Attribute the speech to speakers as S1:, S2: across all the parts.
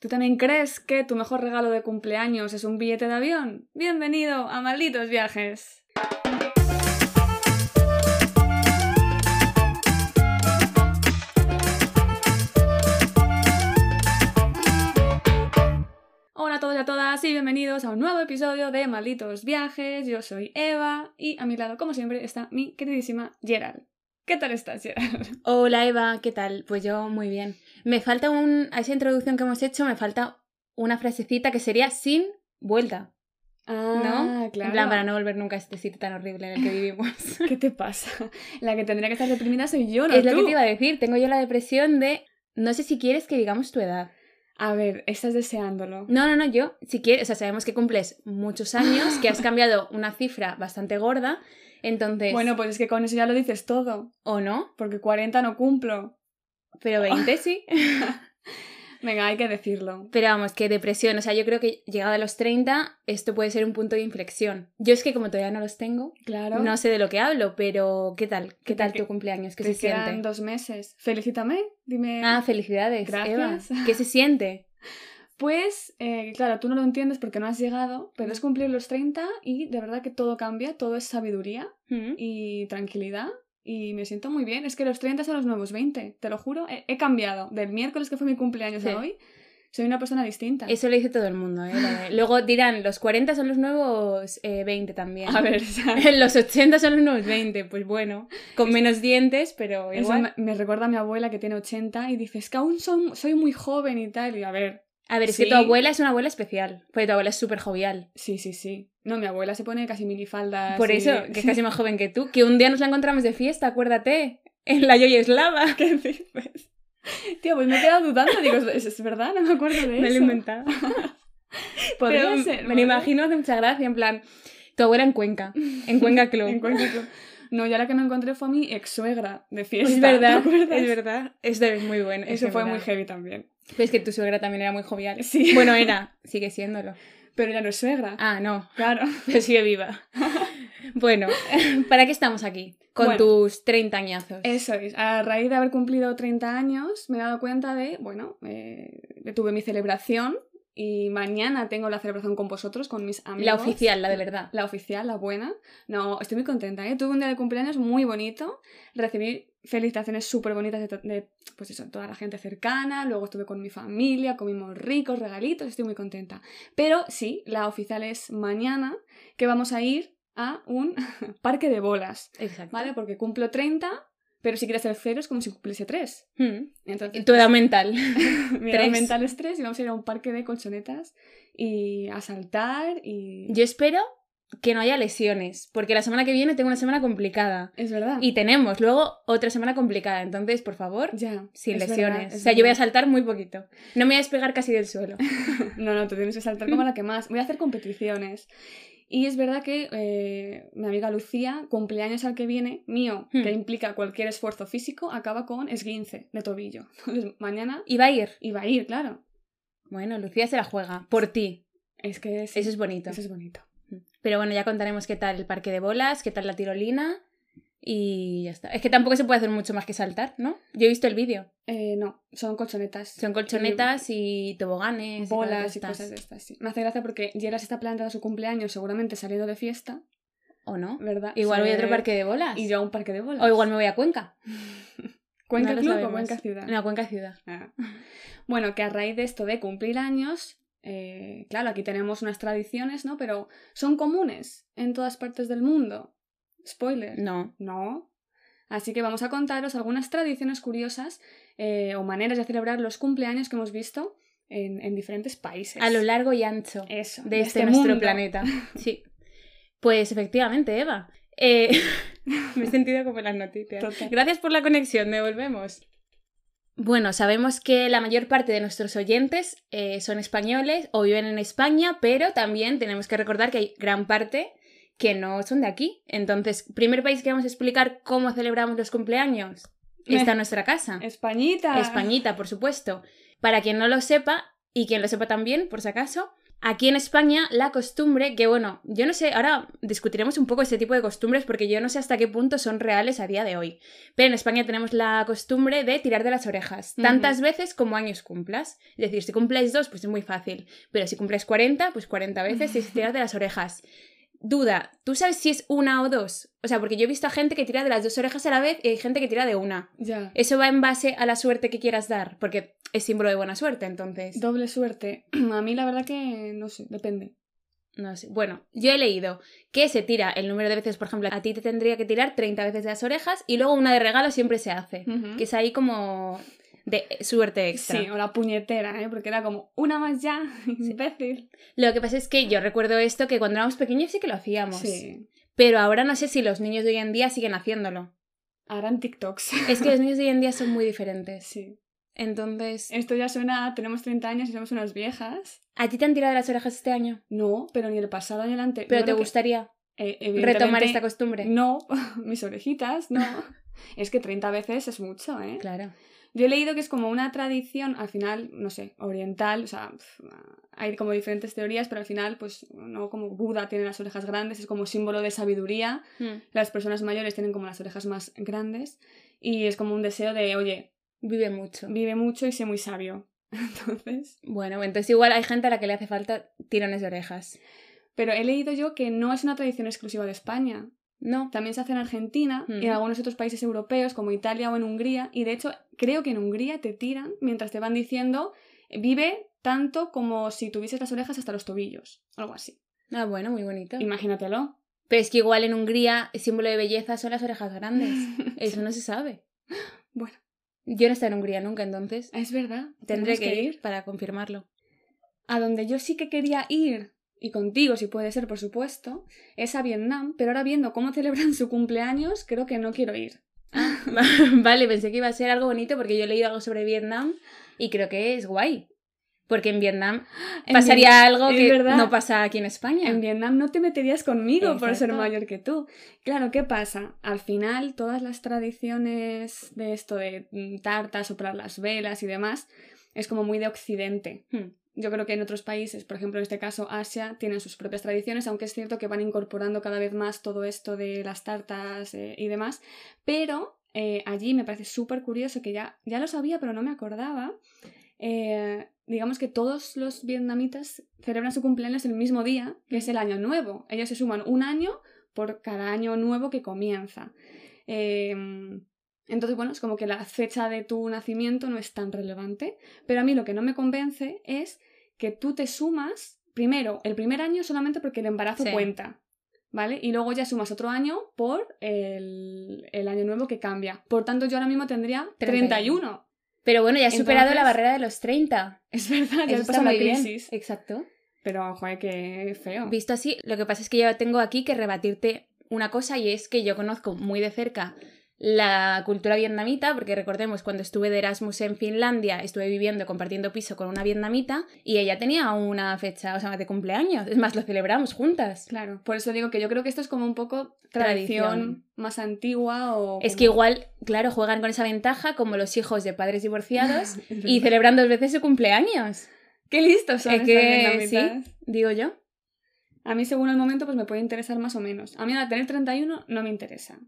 S1: ¿Tú también crees que tu mejor regalo de cumpleaños es un billete de avión? Bienvenido a Malditos Viajes. Hola a todos y a todas y bienvenidos a un nuevo episodio de Malditos Viajes. Yo soy Eva y a mi lado, como siempre, está mi queridísima Gerald. ¿Qué tal estás, Gerald?
S2: Hola Eva, ¿qué tal? Pues yo muy bien. Me falta un. A esa introducción que hemos hecho, me falta una frasecita que sería sin vuelta.
S1: Ah,
S2: ¿No? En plan, para no volver nunca a este sitio tan horrible en el que vivimos.
S1: ¿Qué te pasa? La que tendría que estar deprimida soy yo, no
S2: es lo
S1: tú.
S2: que te iba a decir. Tengo yo la depresión de. No sé si quieres que digamos tu edad.
S1: A ver, estás deseándolo.
S2: No, no, no, yo. Si quieres. O sea, sabemos que cumples muchos años, que has cambiado una cifra bastante gorda. Entonces.
S1: Bueno, pues es que con eso ya lo dices todo,
S2: O no,
S1: porque 40 no cumplo.
S2: pero 20 sí.
S1: Venga, hay que decirlo.
S2: Pero vamos, que depresión. O sea, yo creo que llegado a los 30, esto puede ser un punto de inflexión. Yo es que como todavía no los tengo,
S1: Claro.
S2: no sé de lo que hablo, pero ¿qué tal?
S1: ¿Qué
S2: ¿Qué
S1: tal
S2: tal
S1: que-
S2: tu cumpleaños? ¿Qué
S1: Te
S2: se
S1: quedan
S2: siente?
S1: dos meses. Felicítame, dime.
S2: Ah, felicidades,
S1: Gracias.
S2: Eva. ¿Qué se siente?
S1: Pues, eh, claro, tú no lo entiendes porque no has llegado, pero es cumplir los 30 y de verdad que todo cambia, todo es sabiduría y tranquilidad. Y me siento muy bien. Es que los 30 son los nuevos 20, te lo juro. He, he cambiado. Del miércoles que fue mi cumpleaños a
S2: Sí.
S1: hoy, soy una persona distinta.
S2: Eso lo dice todo el mundo, ¿eh? La de- Luego dirán, los 40 son los nuevos eh, 20 también.
S1: A ver, o sea,
S2: Los 80 son los nuevos 20, pues bueno, con menos dientes, pero
S1: Eso
S2: igual.
S1: me, me recuerda a mi abuela que tiene 80 y dice, es que aún son- soy muy joven y tal. Y a ver,
S2: A ver, es
S1: Sí.
S2: que tu abuela es una abuela especial, porque tu abuela es súper jovial.
S1: sí, sí, sí. No, mi abuela se pone casi minifaldas.
S2: Por
S1: y-
S2: eso, que es casi más joven que tú, que un día nos la encontramos de fiesta, acuérdate, en la Yoyeslava.
S1: ¿Qué dices? Tío, pues me he quedado dudando. Digo, ¿es, es verdad? No me acuerdo de
S2: Me lo he
S1: eso.
S2: inventado.
S1: Podría
S2: Pero
S1: ser,
S2: Me
S1: ¿vale?
S2: lo imagino, hace mucha gracia, en plan, tu abuela en Cuenca, en Cuenca Club.
S1: En cualquier club. No, ya la que me encontré fue a mi ex suegra de fiesta.
S2: Es verdad,
S1: ¿te acuerdas?
S2: es verdad. Esto es muy bueno. este
S1: Eso
S2: es
S1: fue
S2: verdad.
S1: muy heavy también.
S2: Pero es que tu suegra también era muy jovial.
S1: Sí.
S2: Bueno, era, sigue siéndolo.
S1: Pero ya no es suegra.
S2: Ah, no,
S1: Claro.
S2: pero sigue viva. Bueno, ¿para qué estamos aquí? Con
S1: Bueno.
S2: tus 30 añazos.
S1: Eso es. A raíz de haber cumplido 30 años, me he dado cuenta de, bueno, eh, tuve mi celebración y mañana tengo la celebración con vosotros, con mis amigos.
S2: La oficial, la de verdad.
S1: La oficial, la buena. No, estoy muy contenta, ¿eh? Tuve un día de cumpleaños muy bonito. Recibí felicitaciones súper bonitas de, to- de, pues eso, toda la gente cercana. Luego estuve con mi familia, comimos ricos, regalitos, estoy muy contenta. Pero sí, la oficial es mañana, que vamos a ir a un parque de bolas.
S2: Exacto.
S1: ¿vale? Porque cumplo 30, pero si quieres ser cero es como si cumpliese 3.
S2: Hmm.
S1: Entonces,
S2: Tu edad mental.
S1: mi edad
S2: tres.
S1: mental es 3 y vamos a ir a un parque de colchonetas y a saltar y...
S2: Yo espero que no haya lesiones, porque la semana que viene tengo una semana complicada.
S1: Es verdad.
S2: Y tenemos luego otra semana complicada, entonces, por favor,
S1: Ya.
S2: sin
S1: es
S2: lesiones.
S1: verdad, es
S2: o sea, yo voy a
S1: verdad.
S2: saltar muy poquito. No me voy a despegar casi del suelo.
S1: No, no, tú tienes que saltar como la que más. Voy a hacer competiciones. Y es verdad que eh, mi amiga Lucía, cumpleaños al que viene, mío,
S2: Hmm.
S1: que implica cualquier esfuerzo físico, acaba con esguince de tobillo. Entonces, mañana
S2: Y va a ir.
S1: iba a ir, claro.
S2: Bueno, Lucía se la juega, por ti.
S1: Es que sí,
S2: Eso es bonito.
S1: eso es bonito.
S2: Pero bueno, ya contaremos qué tal el parque de bolas, qué tal la tirolina y ya está. Es que tampoco se puede hacer mucho más que saltar, ¿no? Yo he visto el vídeo.
S1: Eh, no, son colchonetas.
S2: Son colchonetas y toboganes.
S1: bolas y
S2: tal,
S1: cosas de
S2: estas.
S1: estas, sí. Me hace gracia porque Gerard se está planteando su cumpleaños seguramente saliendo de fiesta,
S2: ¿O no?
S1: ¿verdad?
S2: Igual
S1: Se
S2: voy a
S1: ve-
S2: otro parque de bolas.
S1: Y yo a un parque de bolas.
S2: O igual me voy a Cuenca.
S1: Cuenca
S2: No lo
S1: Club o
S2: sabemos.
S1: Cuenca Ciudad.
S2: No, Cuenca Ciudad.
S1: Ah. Bueno, que a raíz de esto de cumplir años, eh, claro, aquí tenemos unas tradiciones, ¿no? Pero son comunes en todas partes del mundo. Spoiler.
S2: No.
S1: No. Así que vamos a contaros algunas tradiciones curiosas eh, o maneras de celebrar los cumpleaños que hemos visto en, en diferentes países.
S2: A lo largo y ancho
S1: Eso,
S2: de este, nuestro
S1: mundo.
S2: planeta. Sí. Pues efectivamente, Eva. Eh, me he sentido como en las noticias.
S1: Total.
S2: Gracias por la conexión, me volvemos. Bueno, sabemos que la mayor parte de nuestros oyentes eh, son españoles o viven en España, pero también tenemos que recordar que hay gran parte que no son de aquí. Entonces, primer país que vamos a explicar cómo celebramos los cumpleaños.
S1: Me-
S2: Está en nuestra casa.
S1: Españita.
S2: Españita, por supuesto. Para quien no lo sepa, y quien lo sepa también, por si acaso, Aquí en España la costumbre, que bueno, yo no sé, ahora discutiremos un poco este tipo de costumbres porque yo no sé hasta qué punto son reales a día de hoy. Pero en España tenemos la costumbre de tirar de las orejas,
S1: Ujú.
S2: tantas veces como años cumplas. Es decir, si cumples dos, pues es muy fácil. Pero si cumples 40, pues 40 veces y es tirar de las orejas. Duda, ¿tú sabes si es una o dos? O sea, porque yo he visto a gente que tira de las dos orejas a la vez y hay gente que tira de una.
S1: Ya.
S2: Eso va en base a la suerte que quieras dar, porque es símbolo de buena suerte, entonces.
S1: Doble suerte. A mí la verdad que no sé, depende.
S2: No sé. Bueno, yo he leído que se tira el número de veces, por ejemplo, a ti te tendría que tirar 30 veces de las orejas y luego una de regalo siempre se hace.
S1: Ujú.
S2: Que es ahí como de eh, suerte extra.
S1: Mm. Sí, o la puñetera, ¿eh? Porque era como una más ya, imbécil.
S2: Lo que pasa es que yo recuerdo esto que cuando éramos pequeños sí que lo hacíamos.
S1: Sí.
S2: Pero ahora no sé si los niños de hoy en día siguen haciéndolo.
S1: Harán TikToks.
S2: Es que los niños de hoy en día son muy diferentes.
S1: Sí.
S2: Entonces,
S1: Esto ya suena, a tenemos 30 años y somos unas viejas.
S2: ¿a ti te han tirado de las orejas este año?
S1: No, pero ni el pasado ni el anterior.
S2: Pero
S1: Yo
S2: te
S1: creo que,
S2: gustaría
S1: eh,
S2: retomar
S1: evidentemente,
S2: esta costumbre.
S1: No, mis orejitas, no. es que 30 veces es mucho, ¿eh?
S2: Claro.
S1: Yo he leído que es como una tradición, al final, no sé, oriental, o sea, pf, hay como diferentes teorías, pero al final, pues, no como Buda tiene las orejas grandes, es como símbolo de sabiduría.
S2: Hmm.
S1: Las personas mayores tienen como las orejas más grandes y es como un deseo de, oye,
S2: Vive mucho.
S1: vive mucho y sé muy sabio. Entonces,
S2: Bueno, entonces igual hay gente a la que le hace falta tirones de orejas.
S1: pero he leído yo que no es una tradición exclusiva de España.
S2: No.
S1: También se hace en Argentina y en
S2: Mm.
S1: algunos otros países europeos como Italia o en Hungría. Y de hecho, creo que en Hungría te tiran mientras te van diciendo vive tanto como si tuvieses las orejas hasta los tobillos. Algo así.
S2: Ah, bueno, muy bonito.
S1: Imagínatelo.
S2: Pero es que igual en Hungría el símbolo de belleza son las orejas grandes. Eso no se sabe.
S1: Bueno,
S2: Yo no he estado en Hungría nunca, entonces
S1: es verdad.
S2: tendré
S1: tenemos
S2: que, ir para confirmarlo.
S1: A donde yo sí que quería ir, y contigo si puede ser, por supuesto, es a Vietnam. Pero ahora viendo cómo celebran su cumpleaños, creo que no quiero ir.
S2: vale, pensé que iba a ser algo bonito porque yo he leído algo sobre Vietnam y creo que es guay. Porque en Vietnam
S1: En
S2: pasaría algo
S1: es
S2: que
S1: verdad.
S2: no pasa aquí en España.
S1: En Vietnam no te meterías conmigo por ser
S2: Exacto.
S1: mayor que tú. Claro, ¿qué pasa? Al final, todas las tradiciones de esto de mm, tartas, soplar las velas y demás, es como muy de occidente.
S2: Hmm.
S1: Yo creo que en otros países, por ejemplo en este caso Asia, tienen sus propias tradiciones, aunque es cierto que van incorporando cada vez más todo esto de las tartas eh, y demás. Pero eh, allí me parece súper curioso que ya, ya lo sabía, pero no me acordaba. Eh, digamos que todos los vietnamitas celebran su cumpleaños el mismo día, que es el año nuevo. Ellos se suman un año por cada año nuevo que comienza. Eh, entonces, bueno, es como que la fecha de tu nacimiento no es tan relevante, pero a mí lo que no me convence es que tú te sumas primero el primer año solamente porque el embarazo
S2: Sí.
S1: cuenta. ¿Vale? Y luego ya sumas otro año por el, el año nuevo que cambia. Por tanto, yo ahora mismo tendría
S2: 31.
S1: 31.
S2: Pero bueno, ya has superado la
S1: Entonces- Ah,
S2: barrera de los 30.
S1: Es verdad,
S2: Eso
S1: ya
S2: está
S1: pasa la
S2: muy bien.
S1: crisis.
S2: Exacto.
S1: Pero, joder, qué feo.
S2: Visto así, lo que pasa es que yo tengo aquí que rebatirte una cosa y es que yo conozco muy de cerca la cultura vietnamita, porque recordemos, cuando estuve de Erasmus en Finlandia, estuve viviendo, compartiendo piso con una vietnamita y ella tenía una fecha, o sea, de cumpleaños. Es más, lo celebramos juntas.
S1: Claro, por eso digo que yo creo que esto es como un poco
S2: Tradición.
S1: tradición, más antigua o...
S2: Es que igual, claro, juegan con esa ventaja como los hijos de padres divorciados y
S1: ¡Qué
S2: celebran dos veces su cumpleaños.
S1: listos son
S2: Es
S1: estas
S2: que sí,
S1: vietnamitas!
S2: digo yo.
S1: A mí, según el momento, pues me puede interesar más o menos. A mí, al tener 31, no me interesa.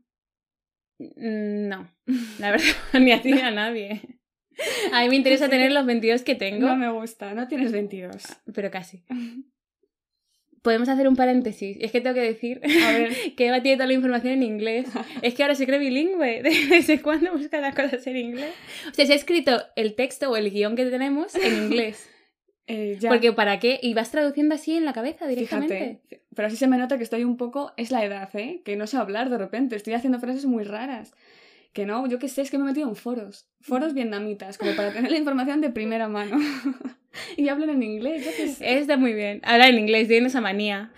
S2: Mm, No, la verdad, ni a ti ni a nadie. A mí me interesa
S1: Así que-
S2: tener los 22 que tengo.
S1: No me gusta, no tienes 22.
S2: pero casi. Podemos hacer un paréntesis. Es que tengo que decir
S1: A ver,
S2: que Eva tiene toda la información en inglés. Es que ahora se cree bilingüe. ¿Desde cuándo busca las cosas en inglés? O sea, se ha escrito el texto o el guión que tenemos en inglés.
S1: eh, ya.
S2: Porque ¿para qué? Y vas traduciendo así en la cabeza directamente.
S1: Fíjate, pero así se me nota que estoy un poco, es la edad, ¿eh? Que no sé hablar de repente, estoy haciendo frases muy raras. Que no, yo qué sé, es que me he metido en foros, foros vietnamitas, como para tener la información de primera mano. y hablan en inglés, yo qué sé.
S2: Está muy bien. Habla en inglés, tiene esa manía.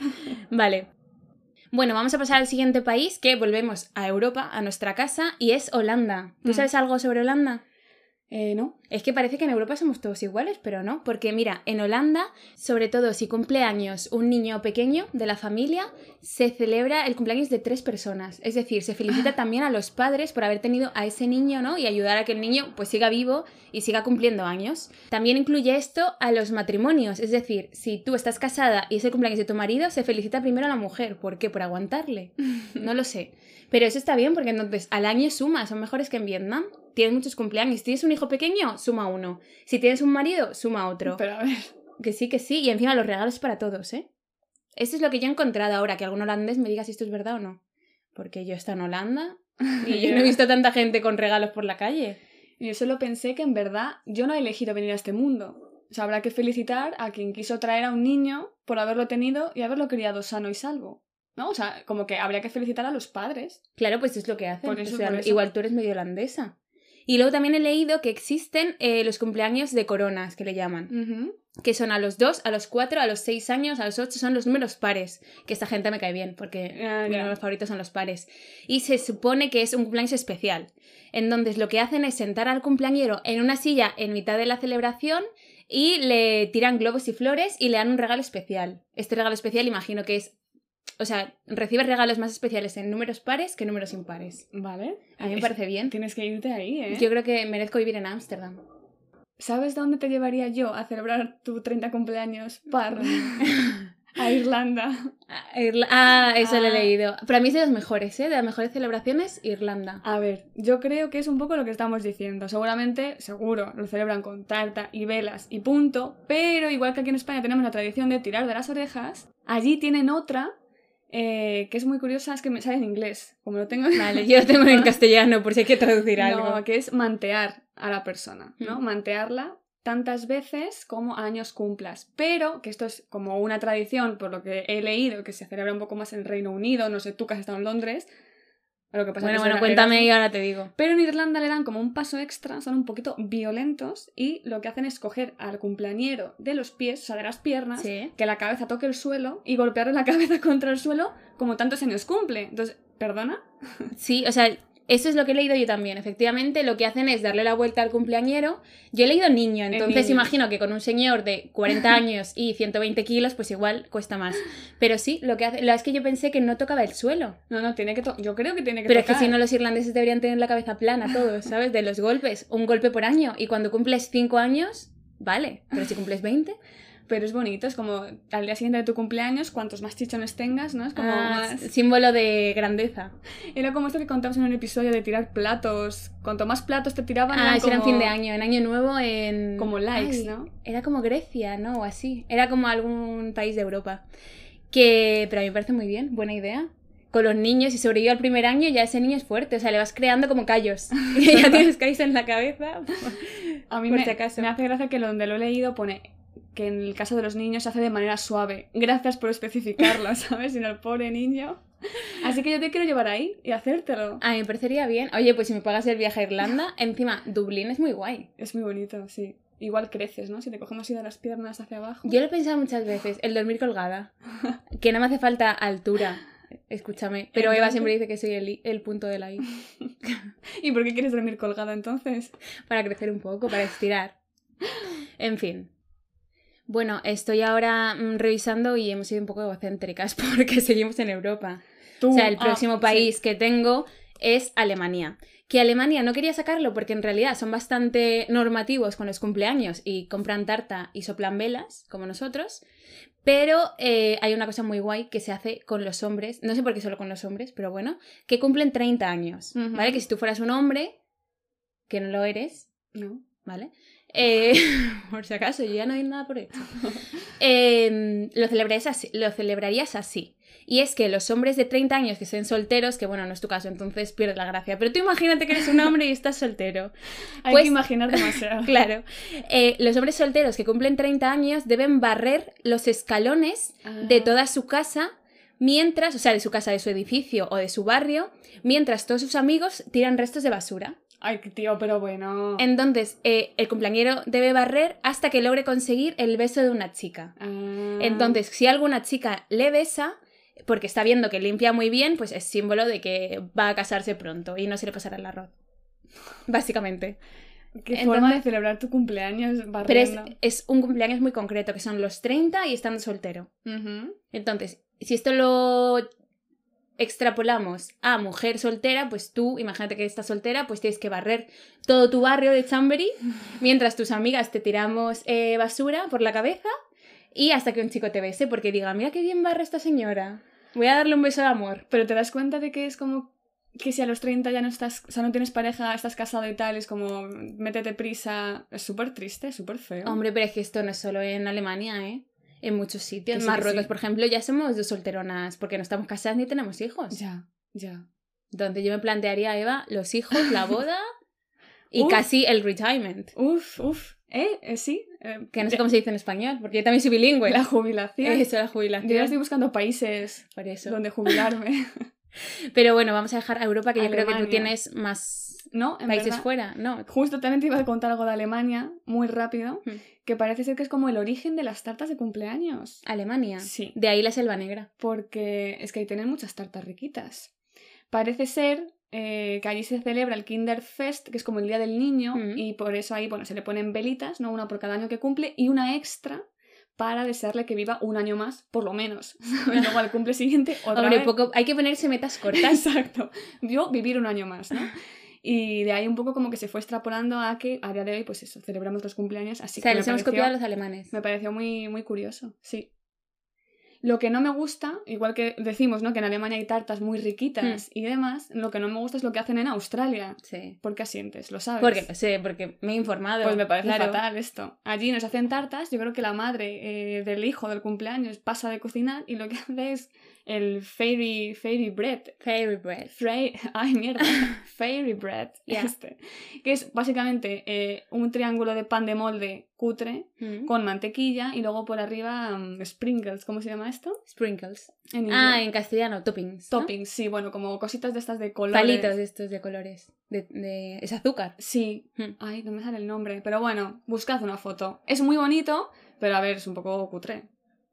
S2: Vale. Bueno, vamos a pasar al siguiente país, que volvemos a Europa, a nuestra casa, y es Holanda. ¿Tú
S1: Mm.
S2: sabes algo sobre Holanda?
S1: Eh, no,
S2: Es que parece que en Europa somos todos iguales, pero no, porque mira, en Holanda, sobre todo si cumple años un niño pequeño de la familia, se celebra el cumpleaños de tres personas. Es decir, se felicita también a los padres por haber tenido a ese niño, ¿no? Y ayudar a que el niño pues siga vivo y siga cumpliendo años. También incluye esto a los matrimonios, es decir, si tú estás casada y es el cumpleaños de tu marido, se felicita primero a la mujer. ¿Por qué? Por aguantarle. No lo sé. Pero eso está bien porque entonces al año suma, son mejores que en Vietnam. Tienes muchos cumpleaños. Si tienes un hijo pequeño, suma uno. Si tienes un marido, suma otro.
S1: Pero a ver.
S2: Que sí, que sí. Y encima los regalos para todos, ¿eh? Eso es lo que yo he encontrado ahora, que algún holandés me diga si esto es verdad o no. Porque yo he estado en Holanda y yo no he visto tanta gente con regalos por la calle.
S1: Y yo solo pensé que en verdad yo no he elegido venir a este mundo. O sea, habrá que felicitar a quien quiso traer a un niño por haberlo tenido y haberlo criado sano y salvo. ¿No? O sea, como que habría que felicitar a los padres.
S2: Claro, pues es lo que hacen.
S1: Por eso,
S2: O sea,
S1: por eso.
S2: Igual tú eres medio holandesa. Y luego también he leído que existen eh, los cumpleaños de coronas, que le llaman.
S1: Ujú.
S2: que son a los 2, a los 4, a los 6 años, a los 8, son los números pares. Que esta gente me cae bien, porque
S1: Ah,
S2: mis
S1: ya.
S2: números favoritos son los pares. Y se supone que es un cumpleaños especial. Entonces lo que hacen es sentar al cumpleañero en una silla en mitad de la celebración y le tiran globos y flores y le dan un regalo especial. Este regalo especial imagino que es... O sea, recibes regalos más especiales en números pares que en números impares.
S1: Vale.
S2: A mí me
S1: Es-
S2: parece bien.
S1: Tienes que irte ahí, ¿eh?
S2: Yo creo que merezco vivir en Ámsterdam.
S1: ¿Sabes dónde te llevaría yo a celebrar tu 30 cumpleaños par? a Irlanda.
S2: Ah, Irla- ah, eso lo he
S1: Ah.
S2: leído. Para mí es de los mejores, ¿eh? De las mejores celebraciones, Irlanda.
S1: A ver, yo creo que es un poco lo que estamos diciendo. Seguramente, seguro, lo celebran con tarta y velas y punto, pero igual que aquí en España tenemos la tradición de tirar de las orejas, allí tienen otra eh, que es muy curiosa, es que me sale en inglés, como lo tengo
S2: Vale, yo lo tengo en castellano por si hay que traducir
S1: No,
S2: algo.
S1: que es mantear a la persona, ¿no?
S2: Mm.
S1: Mantearla tantas veces como años cumplas. Pero, que esto es como una tradición, por lo que he leído, que se celebra un poco más en Reino Unido, no sé, tú que has estado en Londres. Lo que pasa
S2: Bueno,
S1: que
S2: bueno,
S1: será-
S2: cuéntame y ahora te digo.
S1: pero en Irlanda le dan como un paso extra, son un poquito violentos y lo que hacen es coger al cumpleañero de los pies, o sea, de las piernas,
S2: Sí.
S1: que la cabeza toque el suelo y golpearle la cabeza contra el suelo como tantos años cumple. Entonces, ¿perdona?
S2: Sí, o sea, eso es lo que he leído yo también. Efectivamente, lo que hacen es darle la vuelta al cumpleañero. Yo he leído niño, entonces
S1: niño.
S2: imagino que con un señor de 40 años y 120 kilos, pues igual cuesta más. Pero sí, lo que hace... la es que yo pensé que no tocaba el suelo.
S1: No, no, tiene que to- yo creo que tiene que
S2: Pero es
S1: tocar.
S2: que si no, los irlandeses deberían tener la cabeza plana todos, ¿sabes? De los golpes. Un golpe por año. Y cuando cumples 5 años, vale. Pero si cumples 20...
S1: Pero es bonito, es como al día siguiente de tu cumpleaños, cuantos más chichones tengas, ¿no? Es como
S2: Ah,
S1: más...
S2: símbolo de grandeza.
S1: Era como esto que contamos en un episodio de tirar platos. Cuanto más platos te tiraban,
S2: Ah,
S1: eran
S2: eso era en
S1: como-
S2: fin de año, en año nuevo, en...
S1: Como likes,
S2: Ay,
S1: ¿no?
S2: Era como Grecia, ¿no? O así. Era como algún país de Europa. Que... Pero a mí me parece muy bien, buena idea. Con los niños, si sobrevive al primer año, ya ese niño es fuerte. O sea, le vas creando como callos. Y ya tienes callos en la cabeza.
S1: A mí
S2: Por
S1: me,
S2: si acaso.
S1: me hace gracia que donde lo he leído pone que en el caso de los niños se hace de manera suave. Gracias por especificarlo, ¿sabes? Sino el pobre niño. Así que yo te quiero llevar ahí y hacértelo.
S2: A mí me parecería bien. Oye, pues si me pagas el viaje a Irlanda, encima, Dublín es muy guay.
S1: Es muy bonito, sí. Igual creces, ¿no? Si te cogemos así de las piernas hacia abajo.
S2: Yo lo he pensado muchas veces, el dormir colgada. Que no me hace falta altura. Escúchame. Pero Eva
S1: Entonces-
S2: siempre dice que soy el, i- el punto de la I.
S1: ¿Y por qué quieres dormir colgada entonces?
S2: Para crecer un poco, para estirar. En fin. Bueno, estoy ahora mm, revisando y hemos sido un poco egocéntricas porque seguimos en Europa.
S1: Tú,
S2: O sea, el
S1: ah,
S2: próximo
S1: sí.
S2: país que tengo es Alemania. Que Alemania no quería sacarlo porque en realidad son bastante normativos con los cumpleaños y compran tarta y soplan velas, como nosotros. Pero eh, hay una cosa muy guay que se hace con los hombres, no sé por qué solo con los hombres, pero bueno, que cumplen 30 años,
S1: Ujú.
S2: ¿vale? Que si tú fueras un hombre, que no lo eres,
S1: No.
S2: ¿vale? Eh, por si acaso, yo ya no doy nada por hecho. Eh, lo, celebrarías así, lo celebrarías así. Y es que los hombres de 30 años que sean solteros, que bueno, no es tu caso, entonces pierdes la gracia. Pero tú imagínate que eres un hombre y estás soltero.
S1: Hay
S2: Pues-
S1: que imaginar demasiado.
S2: Claro. Eh, los hombres solteros que cumplen 30 años deben barrer los escalones
S1: Ah.
S2: de toda su casa, mientras, o sea, de su casa, de su edificio o de su barrio, mientras todos sus amigos tiran restos de basura.
S1: Ay, tío, pero bueno.
S2: Entonces, eh, el cumpleañero debe barrer hasta que logre conseguir el beso de una chica.
S1: Ah.
S2: Entonces, si alguna chica le besa, porque está viendo que limpia muy bien, pues es símbolo de que va a casarse pronto y no se le pasará el arroz. Básicamente.
S1: Qué forma de celebrar tu cumpleaños
S2: Pero es,
S1: barriendo.
S2: es un cumpleaños muy concreto, que son los 30 y estando soltero.
S1: Ujú.
S2: Entonces, si esto lo extrapolamos a mujer soltera, pues tú, imagínate que estás soltera, pues tienes que barrer todo tu barrio de Chambery, mientras tus amigas te tiramos eh, basura por la cabeza y hasta que un chico te bese porque diga, mira qué bien barre esta señora, voy a darle un beso de amor.
S1: Pero te das cuenta de que es como que si a los 30 ya no estás, o sea, no tienes pareja, estás casado y tal, es como métete prisa. Es súper triste, es súper feo.
S2: Hombre, pero es que esto no es solo en Alemania, ¿eh? En muchos sitios.
S1: Que
S2: En
S1: sí, que
S2: Marruecos,
S1: sí.
S2: por ejemplo, ya somos dos solteronas porque no estamos casadas ni tenemos hijos.
S1: Ya, ya.
S2: Donde yo me plantearía, Eva, los hijos, la boda y
S1: Uf.
S2: casi el retirement.
S1: Uf, uf. ¿Eh? eh, sí. eh,
S2: Que no sé
S1: de-
S2: cómo se dice en español, porque yo también soy bilingüe.
S1: La jubilación.
S2: Eso, la
S1: Yo ya
S2: jubilación.
S1: estoy buscando países
S2: Por eso.
S1: donde jubilarme.
S2: Pero bueno, vamos a dejar a Europa, que yo creo que tú
S1: Alemania.
S2: tienes más
S1: ¿No? En
S2: países
S1: verdad.
S2: fuera, ¿no?
S1: Justo también te iba a contar algo de Alemania, muy rápido,
S2: Hmm.
S1: que parece ser que es como el origen de las tartas de cumpleaños.
S2: Ah, Alemania.
S1: Sí.
S2: De ahí la selva negra.
S1: porque es que ahí tienen muchas tartas riquitas. Parece ser eh, que allí se celebra el Kinderfest, que es como el Día del Niño,
S2: Mm.
S1: y por eso ahí, bueno, se le ponen velitas, ¿no? Una por cada año que cumple, y una extra para desearle que viva un año más, por lo menos. Y luego al cumple siguiente, otra
S2: Hombre,
S1: vez.
S2: poco... hay que ponerse metas cortas.
S1: Exacto. Yo vivir un año más, ¿no? Y de ahí un poco como que se fue extrapolando a que a día de hoy, pues eso, celebramos los cumpleaños, así
S2: o sea,
S1: que me
S2: les hemos
S1: pareció-
S2: copiado a los alemanes.
S1: me pareció muy, muy curioso, sí. Lo que no me gusta, igual que decimos, ¿no? Que en Alemania hay tartas muy
S2: Hmm.
S1: riquitas y demás, lo que no me gusta es lo que hacen en Australia.
S2: Sí.
S1: ¿Por qué asientes? ¿Lo sabes?
S2: Porque, sé, porque me he informado.
S1: Pues me parece
S2: claro.
S1: fatal esto. Allí nos hacen tartas, yo creo que la madre eh, del hijo del cumpleaños pasa de cocinar y lo que hace es el fairy, fairy bread.
S2: Fairy bread.
S1: Fray- Ay, mierda. Fairy bread.
S2: Ya.
S1: Este. Que es básicamente eh, un triángulo de pan de molde cutre
S2: Mm.
S1: con mantequilla y luego por arriba mm, sprinkles, ¿cómo se llama esto?
S2: Sprinkles.
S1: En inglés.
S2: Ah, en castellano, toppings. ¿no?
S1: Toppings, sí, bueno, como cositas de estas de colores.
S2: Palitos de estos de colores. De, de... Es azúcar.
S1: Sí.
S2: Hmm.
S1: Ay, no me sale el nombre, pero bueno, buscad una foto. Es muy bonito, pero a ver, es un poco cutre.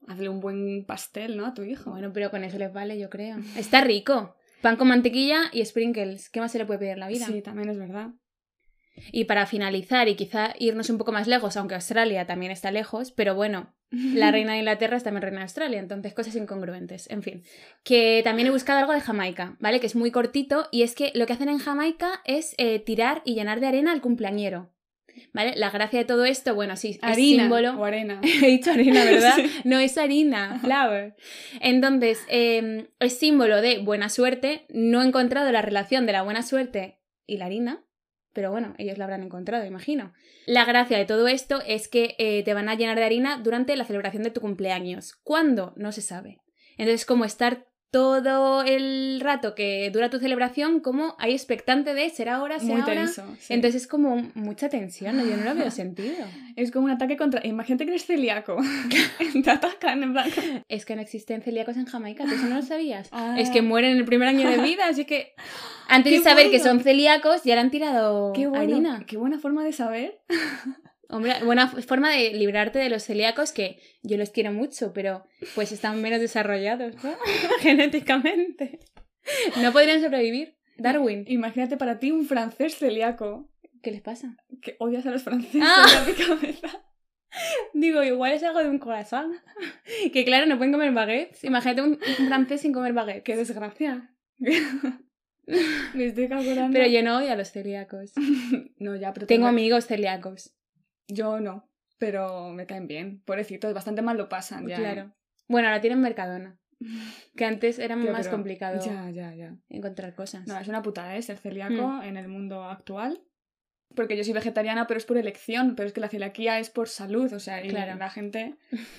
S1: Hazle un buen pastel, ¿no? A tu hijo.
S2: Bueno, pero con eso les vale, yo creo. Está rico. Pan con mantequilla y sprinkles. ¿Qué más se le puede pedir en la vida?
S1: sí, también es verdad.
S2: Y para finalizar y quizá irnos un poco más lejos, aunque Australia también está lejos, pero bueno, la reina de Inglaterra es también reina de Australia, entonces cosas incongruentes. En fin, que también he buscado algo de Jamaica, ¿vale? Que es muy cortito y es que lo que hacen en Jamaica es eh, tirar y llenar de arena al cumpleañero. ¿Vale? La gracia de todo esto, bueno, sí, es
S1: Harina
S2: símbolo.
S1: o arena.
S2: He dicho harina, ¿verdad?
S1: Sí.
S2: No, es harina, flour. Entonces, eh, es símbolo de buena suerte. No he encontrado la relación de la buena suerte y la harina, pero bueno, ellos la habrán encontrado, imagino. La gracia de todo esto es que eh, te van a llenar de harina durante la celebración de tu cumpleaños. ¿Cuándo? No se sabe. Entonces, como estar todo el rato que dura tu celebración, como hay expectante de será ahora, será
S1: Muy
S2: ahora.
S1: tenso. sí.
S2: Entonces es como mucha tensión, ¿no? yo no lo veo sentido.
S1: Es como un ataque contra. Imagínate que eres celíaco. Te atacan, en plan.
S2: Es que no existen celíacos en Jamaica, ¿tú eso no lo sabías?
S1: Ah.
S2: Es que mueren en el primer año de vida, así que antes
S1: Qué
S2: de saber que
S1: bueno.
S2: son celíacos ya le han tirado
S1: Qué, bueno,
S2: harina.
S1: qué buena forma de saber.
S2: Hombre, buena f- forma de librarte de los celíacos que yo los quiero mucho, pero pues están menos desarrollados, ¿no? Genéticamente. No podrían sobrevivir. Darwin,
S1: Imagínate para ti un francés celíaco.
S2: ¿qué les pasa?
S1: que odias a los franceses
S2: Ah.
S1: era mi cabeza.
S2: Digo, igual es algo de un corazón. Que claro, no pueden comer baguettes. Imagínate un, un francés sin comer baguettes.
S1: Qué desgracia. Me estoy calculando.
S2: Pero yo no odio a los celíacos.
S1: No, ya, pero
S2: Tengo
S1: tengo-
S2: amigos celíacos.
S1: Yo no, pero me caen bien. Pobrecitos, bastante mal lo pasan ya. ¿eh?
S2: Claro. Bueno, ahora tienen Mercadona. Que antes era
S1: Yo
S2: más
S1: creo-
S2: complicado
S1: Ya, ya, ya.
S2: encontrar cosas.
S1: No, es una putada, ¿eh? Ser celíaco
S2: Mm.
S1: en el mundo actual. Porque yo soy vegetariana, pero es por elección. Pero es que la celiaquía es por salud, o sea, y
S2: Claro.
S1: la gente...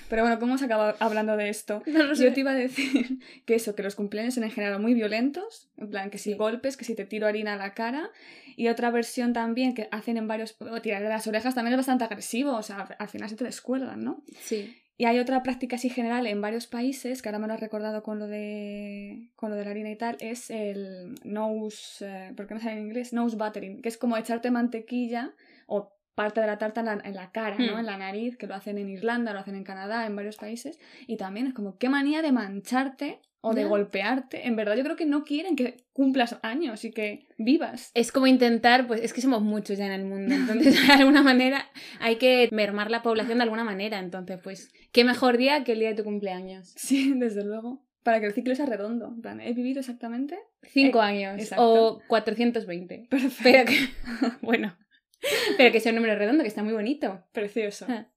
S1: Pero bueno, ¿cómo se acaba hablando de esto?
S2: No lo
S1: Yo te iba a decir que eso, que los cumpleaños eran en general muy violentos, en plan que si
S2: Sí.
S1: golpes, que si te tiro harina a la cara, y otra versión también que hacen en varios, o tirar de las orejas también es bastante agresivo, o sea, al final se te descuelgan, ¿no?
S2: Sí.
S1: Y hay otra práctica así general en varios países, que ahora me lo has recordado con lo de, con lo de la harina y tal, es el nose, eh, ¿por qué no sale en inglés? Nose buttering, que es como echarte mantequilla o parte de la tarta en la, en la cara, ¿no?
S2: Hmm.
S1: En la nariz, que lo hacen en Irlanda, lo hacen en Canadá, en varios países. Y también es como, qué manía de mancharte o de
S2: Ya.
S1: golpearte. En verdad, yo creo que no quieren que cumplas años y que vivas.
S2: Es como intentar, pues es que somos muchos ya en el mundo, entonces de alguna manera hay que mermar la población de alguna manera, entonces pues qué mejor día que el día de tu cumpleaños.
S1: Sí, desde luego. Para que el ciclo sea redondo. En plan, he vivido exactamente.
S2: Cinco años
S1: Eh, exacto.
S2: o 420.
S1: Perfecto.
S2: Pero que, bueno, pero que sea un número redondo, que está muy bonito,
S1: Precioso.
S2: Ah.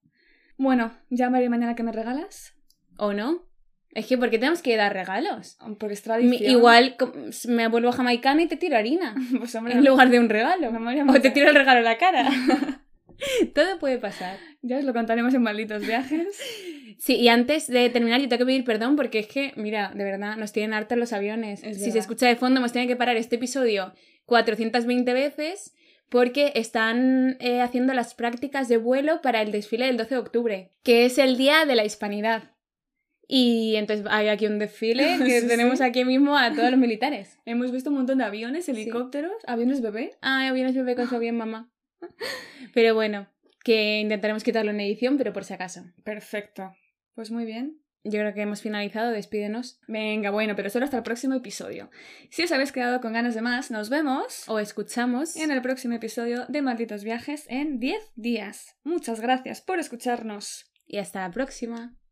S1: Bueno, ya veré mañana que me regalas.
S2: ¿o no? Es que porque tenemos que dar regalos.
S1: Porque es
S2: Mi-
S1: tradición.
S2: igual com- me vuelvo jamaicana y te tiro harina
S1: Pues hombre,
S2: en lugar de un regalo.
S1: me moría
S2: O te
S1: mucho.
S2: tiro el regalo en la cara. Todo puede pasar.
S1: Ya os lo contaremos en malditos viajes.
S2: Sí, y antes de terminar, yo tengo que pedir perdón porque es que, mira, de verdad, nos tienen hartos los aviones.
S1: Es
S2: si
S1: verdad.
S2: se escucha de fondo, hemos tenido que parar este episodio 420 veces porque están eh, haciendo las prácticas de vuelo para el desfile del 12 de octubre, que es el Día de la Hispanidad. Y entonces hay aquí un desfile que
S1: Sí, sí.
S2: tenemos aquí mismo a todos los militares.
S1: Hemos visto un montón de aviones, helicópteros, aviones bebé.
S2: Ay, aviones Ah, bebé con su bien mamá. Pero bueno, que intentaremos quitarlo en edición, pero por si acaso.
S1: Perfecto. Pues muy bien.
S2: Yo creo que hemos finalizado, despídenos.
S1: Venga, bueno, pero solo hasta el próximo episodio. Si os habéis quedado con ganas de más, nos vemos
S2: O escuchamos.
S1: en el próximo episodio de Malditos Viajes en 10 días. Muchas gracias por escucharnos.
S2: Y hasta la próxima.